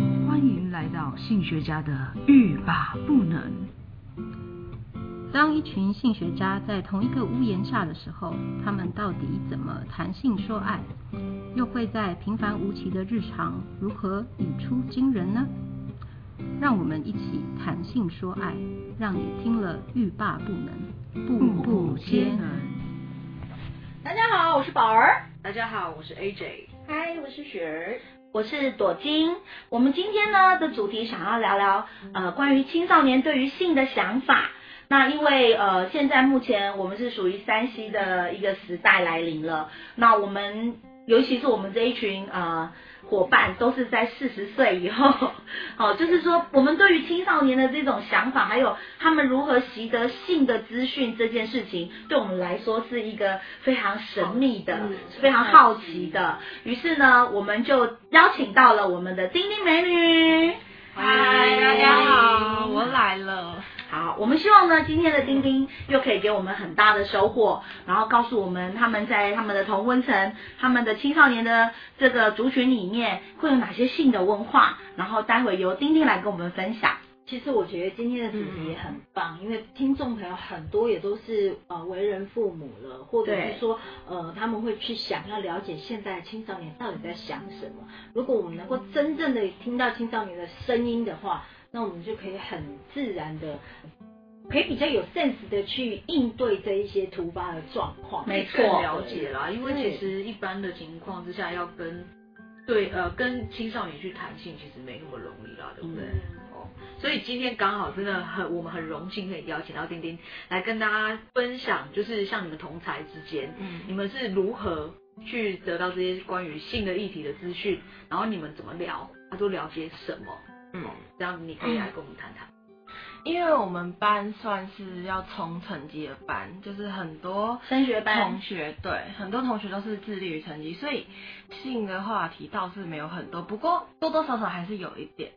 迎来到性学家的欲罢不能。当一群性学家在同一个屋檐下的时候，他们到底怎么谈性说爱？又会在平凡无奇的日常如何语出惊人呢？让我们一起谈性说爱，让你听了欲罢不能，步步皆能。大家好，我是宝儿。大家好，我是 AJ。嗨，我是雪儿。我是朵金。我们今天呢的主题想要聊聊呃关于青少年对于性的想法。那因为呃，现在目前我们是属于山西的一个时代来临了。那我们尤其是我们这一群呃伙伴，都是在四十岁以后， 哦，就是说我们对于青少年的这种想法，还有他们如何习得性的资讯这件事情，对我们来说是一个非常神秘的、嗯非常好奇的。于是呢，我们就邀请到了我们的丁丁美女。嗨，大家好，我来了。好，我们希望呢，今天的丁丁又可以给我们很大的收获，然后告诉我们他们在他们的同温层、他们的青少年的这个族群里面会有哪些性的文化，然后待会由丁丁来跟我们分享。其实我觉得今天的主嗯题也很棒，因为听众朋友很多也都是呃为人父母了，或者是说呃他们会去想要了解现在的青少年到底在想什么。如果我们能够真正的听到青少年的声音的话，那我们就可以很自然的，可以比较有 sense 的去应对这一些突发的状况。没更了解啦，因为其实一般的情况之下要跟对呃跟青少年去谈性，其实没那么容易啦，对不对？嗯哦，所以今天刚好真的很，我们很荣幸可以邀请到丁丁来跟大家分享，就是像你们同才之间，嗯你们是如何去得到这些关于性的议题的资讯，然后你们怎么聊，他都了解什么，嗯，这样你可以来跟我们谈谈。因为我们班算是要冲成绩的班，就是很多升学班同学，对，很多同学都是致力于成绩，所以性的话题倒是没有很多，不过多多少少还是有一点。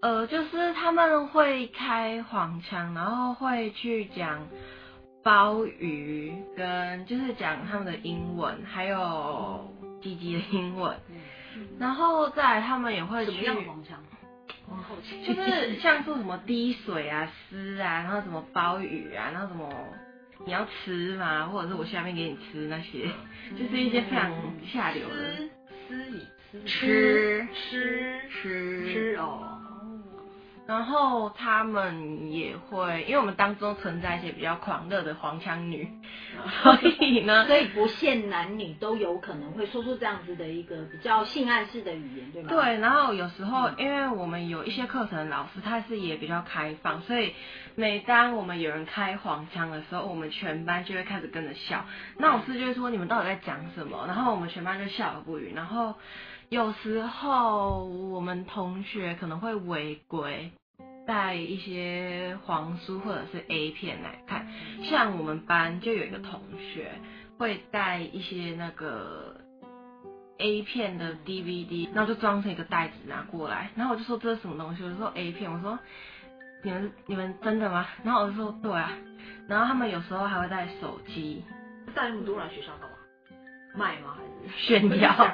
呃，就是他们会开黄腔，然后会去讲鲍鱼，跟就是讲他们的英文，还有鸡鸡的英文，然后再来他们也会怎去么样的黄腔？我很好奇。就是像说什么滴水啊、丝啊，然后什么鲍鱼啊，然后什么你要吃吗？或者是我下面给你吃那 些，就是一些非常下流的。吃吃以吃吃吃吃吃哦，然后他们也会，因为我们当中存在一些比较狂热的黄腔 女，所以呢，所以不限男女都有可能会说出这样子的一个比较性暗示的语言，对吗？嗯对，然后有时候因为我们有一些课程老师他是也比较开放，所以每当我们有人开黄腔的时候，我们全班就会开始跟着笑。嗯那老师就会说你们到底在讲什么？然后我们全班就笑而不语。然后有时候我们同学可能会违规。带一些黄书或者是 A 片来看，像我们班就有一个同学会带一些那个 A 片的 DVD，然后就装成一个袋子拿过来，然后我就说这是什么东西，我就说 A 片，我说你们你们真的吗？然后我就说对啊，然后他们有时候还会带手机带那么多来学校干嘛？卖吗？还是炫耀，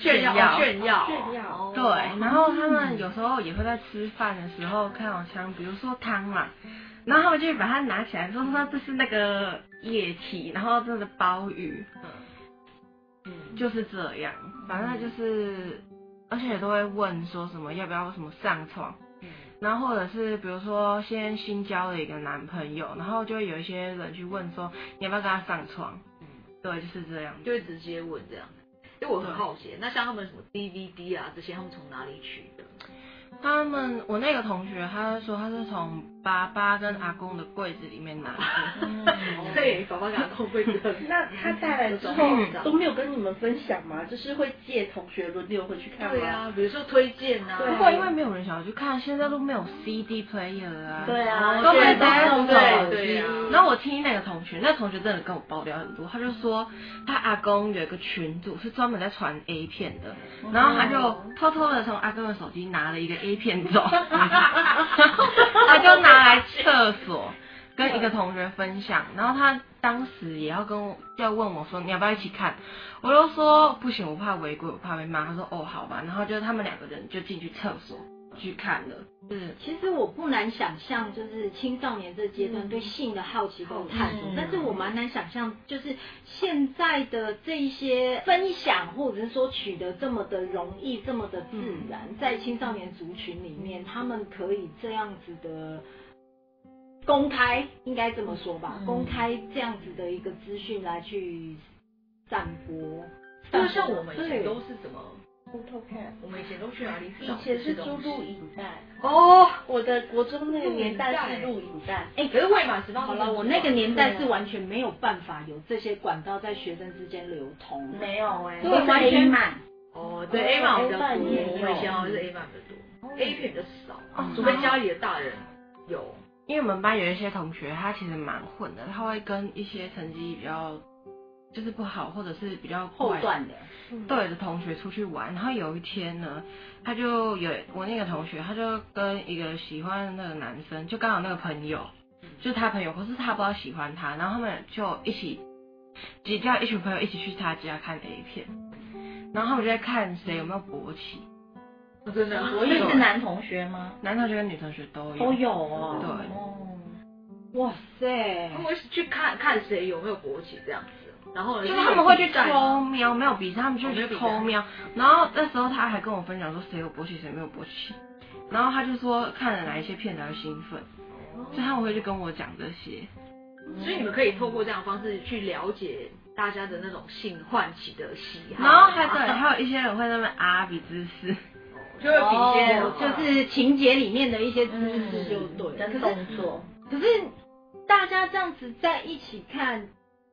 炫耀耀炫耀炫耀哦对，然后他们有时候也会在吃饭的时候开好枪，比如说汤嘛，然后他们就会把它拿起来说说这是那个液体，然后这个鲍鱼，嗯就是这样，反正就是，而且都会问说什么要不要什么上床。嗯然后或者是比如说先新交了一个男朋友，然后就会有一些人去问说你要不要跟他上床，嗯，对，就是这样。就会直接问这样。因为我很好奇，那像他们什么 DVD 啊这些，他们从哪里取的？他们我那个同学，他说他是从爸爸跟阿公的柜子里面拿的，对，宝宝讲空会知道。哦那他带来之后都没有跟你们分享吗？就是会借同学轮流回去看吗？对啊，比如说推荐啊，不过因为没有人想要去看，现在都没有 CD player 了啊，对哦啊，都会现直在接都用是手对对啊机。然后我听那个同学，那同学真的跟我爆料很多，他就说他阿公有一个群组是专门在传 A 片的，哦然后他嗯就偷偷的从阿公的手机拿了一个 A 片走，然后他就拿来厕所跟一个同学分享，然后他当时也要跟我要问我说你要不要一起看，我就说不行，我怕违规，我怕被骂。他说哦好吧，然后就他们两个人就进去厕所。去看了。是其实我不难想象，就是青少年这阶段对性的好奇跟探索，嗯但是我蛮难想象，就是现在的这一些分享或者是说取得这么的容易，这么的自然，嗯在青少年族群里面，他们可以这样子的。公开应该这么说吧，嗯公开这样子的一个资讯来去散播，就啊像我们以前对都是怎么，偷偷看。我们以前都去哪里找以前是这租种录影带，哦，我的国中那个年代是录影带，哎，可是未满十八，好了，我啊那个年代是完全没有办法有这些管道在学生之间流通，没有哎、对我完是全 A 满，哦，对 A 版比较多， A 版也有我们以前好像是 A 版比较多，A 片比较少，哦除非家里的大人有。因为我们班有一些同学，他其实蛮混的，他会跟一些成绩比较就是不好，或者是比较后坏段的，对着同学出去玩，然后有一天呢，他就有我那个同学，他就跟一个喜欢的那个男生，就刚好那个朋友，就是他朋友，可是他不知道喜欢他，然后他们就一起，结交一群朋友一起去他家看 A 片，然后他们就在看谁有没有勃起，哦真的，所以是男同学吗？男同学跟女同学都有，都有哦。对哦哇塞，他们会去看看谁有没有勃起这样子，然后呢就是他们会去比赛偷吗瞄，没有比赛，他们就去偷瞄。然后那时候他还跟我分享说谁有勃起，谁没有勃起。然后他就说看了哪一些片才会兴奋，所以他们会去跟我讲这些。所以你们可以透过这样的方式去了解大家的那种性唤起的喜好，然后还对，还有一些人会在那边阿比姿势，就会比一些哦，就是情节里面的一些姿嗯势就对了，跟可是动作，可是大家这样子在一起哎看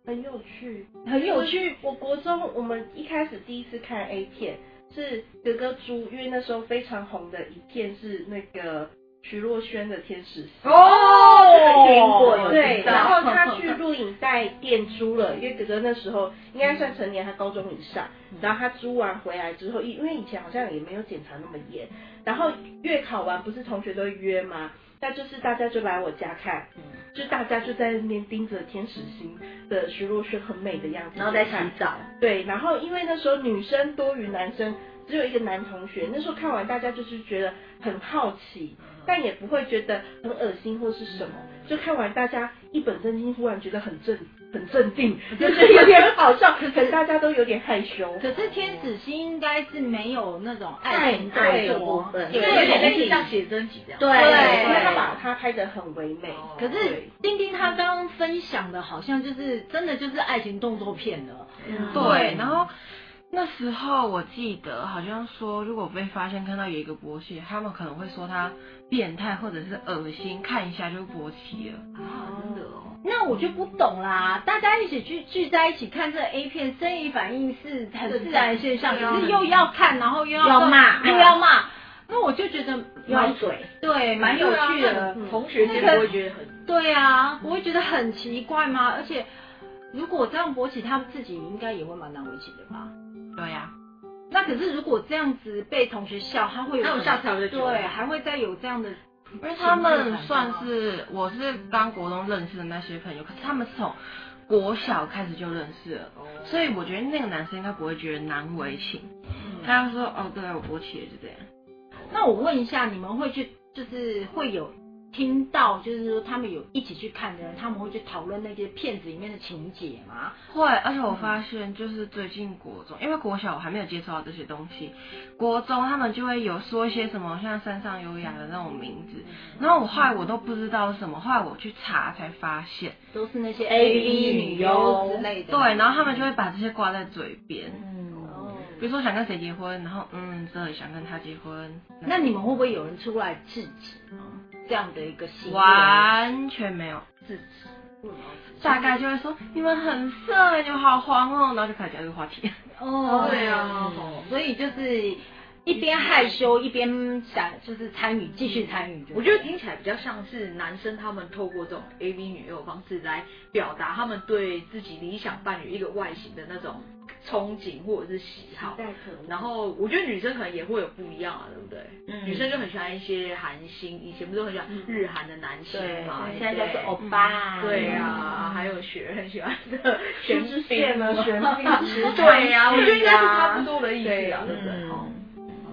很有趣，很有趣，趣。我国中我们一开始第一次看 A 片是哥哥猪，因为那时候非常红的一片是那个徐若瑄的《天使》。哦，听过有对，听到然后他去录影带店租了，因为哥哥那时候应该算成年，他高中以上。嗯然后他租完回来之后，因因为以前好像也没有检查那么严，然后月考完不是同学都会约吗？那就是大家就来我家看，就大家就在那边盯着天使星的徐若瑄很美的样子，然后再洗看。澡，对，然后因为那时候女生多于男生，只有一个男同学。那时候看完，大家就是觉得很好奇，但也不会觉得很恶心或是什么。就看完，大家一本正经，忽然觉得很镇很镇定，就是有点好笑，可能大家都有点害羞。可是天使心应该是没有那种爱爱情爱动的部作，分，对，有点类似像写真集这样。对，对因为他把它拍得很唯美。哦可是丁丁他刚刚分享的，好像就是真的就是爱情动作片了，对，然后。那时候我记得好像说，如果被发现看到有一个勃起，他们可能会说他变态或者是恶心，看一下就勃起了。啊，真的哦，那我就不懂啦，大家一起聚聚在一起看这 A 片，生理反应是很自然的现象，对啊可是又要看，然后又要要骂又要骂，那我就觉得歪蛮嘴，对蛮有趣对啊的，嗯那同学间不会觉得 很对啊，我会觉得很奇怪吗？而且如果这样勃起，他们自己应该也会蛮难为情的吧？对呀、那可是如果这样子被同学笑，他会有那我下次还会再去对，还会再有这样的因为他们算是我是刚国中认识的那些朋友，可是他们是从国小开始就认识了，所以我觉得那个男生应该不会觉得难为情，他就说哦，对我勃起了就这样。那我问一下，你们会去就是会有听到，就是说他们有一起去看的人，他们会去讨论那些片子里面的情节吗？会，而且我发现就是最近国中，因为国小我还没有接触到这些东西，国中他们就会有说一些什么像山上优雅的那种名字，然后我后来我都不知道是什么，后来我去查才发现，都是那些 AV 女优之类的。对，然后他们就会把这些挂在嘴边，嗯，比如说想跟谁结婚，然后嗯，这里想跟他结婚，那你们会不会有人出来制止呢这样的一个行为？完全没有，制止。大概就会说你们很色，你们好黄哦，然后就开始讲这个话题。哦，对啊嗯嗯所以就是一边害羞一边想就是参与，继续参与。 我觉得听起来比较像是男生他们透过这种 A V 女优的方式来表达他们对自己理想伴侣一个外形的那种憧憬或者是喜好。然后我觉得女生可能也会有不一样啊，对不对？嗯女生就很喜欢一些韩星，以前不是很喜欢日韩的男星对嘛，，嗯现在就是欧对巴，对啊，还有雪很喜欢 的玄彬炫啊，玄彬，对呀、我觉得应该是差不多的意思啊，对不对？嗯，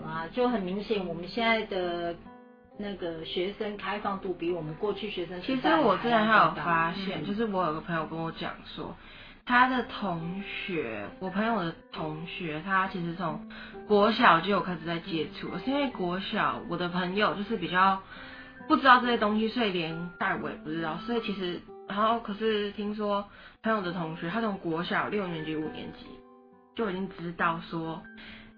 好啦，啊，就很明显，我们现在的那个学生开放度比我们过去学生时其实代我之前还有发现，嗯就是我有个朋友跟我讲说，他的同学，我朋友的同学，他其实从国小就有开始在接触，是因为国小我的朋友就是比较不知道这些东西，所以连带我也不知道，所以其实然后可是听说朋友的同学，他从国小六年级五年级就已经知道说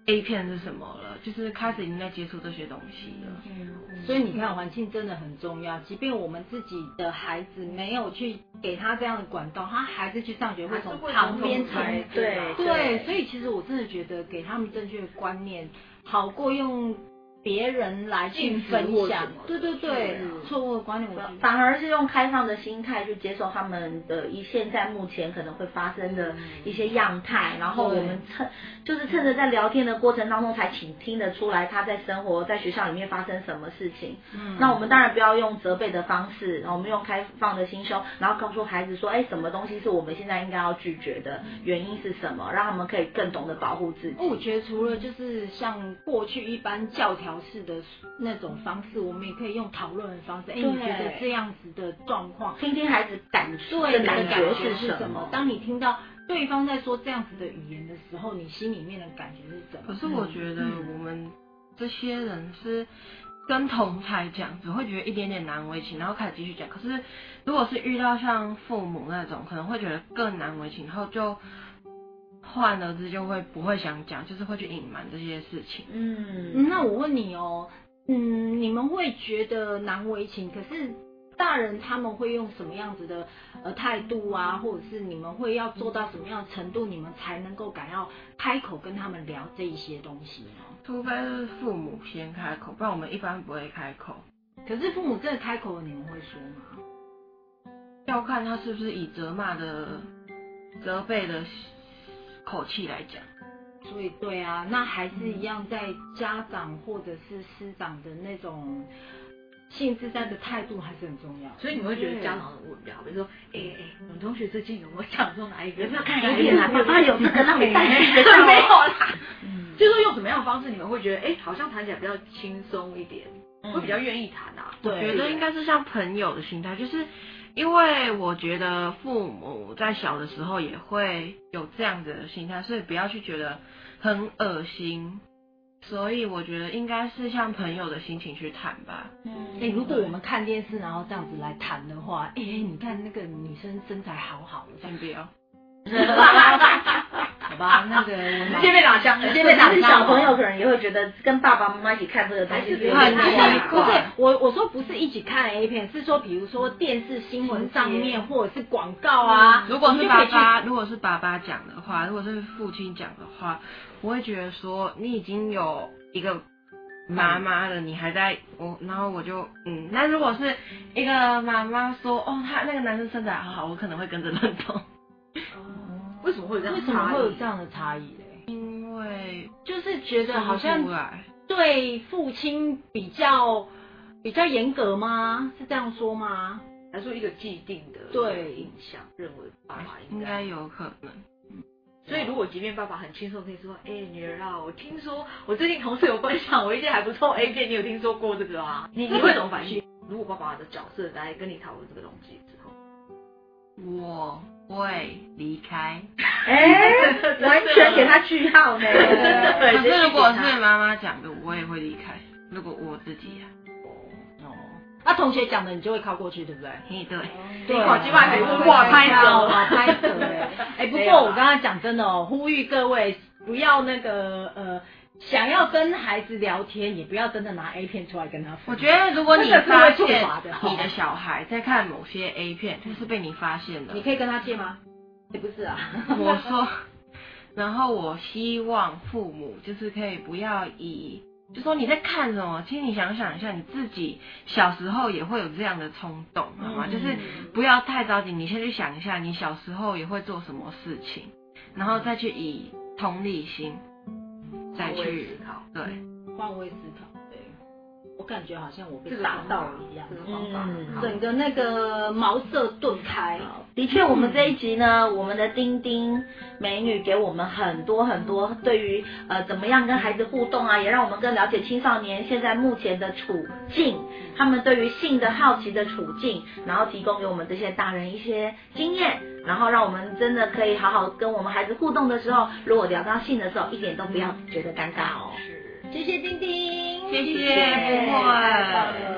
A 片是什么了，就是开始已经在接触这些东西了。所以你看，环境真的很重要。即便我们自己的孩子没有去给他这样的管道，他孩子去上学会从旁边从对对，所以其实我真的觉得给他们正确的观念，好过用别人来去分享。对对对，错误的观念，我觉得反而是用开放的心态去接受他们的一现在目前可能会发生的一些样态，然后我们趁就是趁着在聊天的过程当中才倾听得出来他在生活在学校里面发生什么事情。嗯，那我们当然不要用责备的方式，我们用开放的心胸，然后告诉孩子说，哎，什么东西是我们现在应该要拒绝的，原因是什么，让他们可以更懂得保护自己。我觉得除了就是像过去一般教条式的那种方式，我们也可以用讨论的方式。哎，你对觉得这样子的状况？听听孩子感对的你的感感觉觉是是什什么么？？当你听到对方在说这样子的语言的时候，你心里面的感觉是什么？可是我觉得嗯我们这些人是跟同才讲，只会觉得一点点难为情，然后开始继续讲。可是如果是遇到像父母那种，可能会觉得更难为情，然后就换而之就会不会想讲，就是会去隐瞒这些事情。嗯，嗯那我问你哦，嗯，你们会觉得难为情，可是大人他们会用什么样子的呃态度啊，或者是你们会要做到什么样的程度，你们才能够敢要开口跟他们聊这一些东西呢？除非是父母先开口，不然我们一般不会开口。可是父母真的开口了，你们会说吗？要看他是不是以责骂的、责备的口气来讲。所以对啊，那还是一样在家长或者是师长的那种性自在的态度还是很重要。所以你会觉得家长嗯很无聊，比如说，哎哎哎，我们同学最近有没有讲中哪一个？有没有看有点啊，爸爸有这个让你 担心的事没有 吗？啦。就是说用什么样的方式，你们会觉得，哎、好像谈起来比较轻松一点，会比较愿意谈啊。我觉得应该是像朋友的心态，就是因为我觉得父母在小的时候也会有这样的心态，所以不要去觉得很恶心。所以我觉得应该是像朋友的心情去谈吧。哎、如果我们看电视然后这样子来谈的话，哎、你看那个女生身材好好， 我这样先不要，好吧？那个我 直接被打枪了，直接因为当时小朋友可能也会觉得跟爸爸妈妈一起看这个东西有很点奇怪哎不是怪。我我说不是一起看 A 片，是说比如说电视新闻上面或者是广告啊， 如果你是就可爸以去爸，如果是爸爸讲的话，如果是父亲讲的话，我会觉得说你已经有一个妈妈了，你还在我，然后我就嗯。那如果是一个妈妈说哦，他那个男生身材好好，我可能会跟着认同，为什么会有这样为的什么差会有异这？样的差异嘞？ 因为就是觉得好说像不出来对父亲比较比较严格吗？是这样说吗？还说一个既定的对印象，认为爸爸应应该该。有可能。所以如果即便爸爸很轻松跟你说，哎、女儿啊，我听说我最近同事有分享我一些还不错 A 片，你有听说过这个啊？你你会怎么反应？如果爸爸的角色来跟你讨论这个东西之后，我会离开。哎，完全给他句 号呢。可是如果是妈妈讲的，我也会离开。如果我自己啊，哦，那、同学讲的你就会靠过去，对不对？嘿，对，对哇这摆就是我拍手哇拍手哎！哎，不过我刚刚讲真的哦，呼吁各位不要那个呃，想要跟孩子聊天，也不要真的拿 A 片出来跟他分享。我觉得如果你真的是发会处现罚的哦你的小孩在看某 些 A 片，就是被你发现了你，可以跟他借吗？也不是啊，我说，然后我希望父母就是可以不要以，就说你在看什么，其实你想想一下，你自己小时候也会有这样的冲动，啊好嗯吗？就是不要太着急，你先去想一下，你小时候也会做什么事情，然后再去以同理心再换位去思考对。换位思考。对，我感觉好像我被这个打方到法了一样这，个方法嗯好整个那个茅塞顿开。的确，我们这一集呢，我们的丁丁美女给我们很多很多嗯对于呃怎么样跟孩子互动啊，也让我们更了解青少年现在目前的处境，他们对于性的好奇的处境，然后提供给我们这些大人一些经验，然后让我们真的可以好好跟我们孩子互动的时候，如果聊到性的时候，一点都不要觉得尴尬哦。谢谢丁丁，谢谢，谢谢啊不太棒会。 了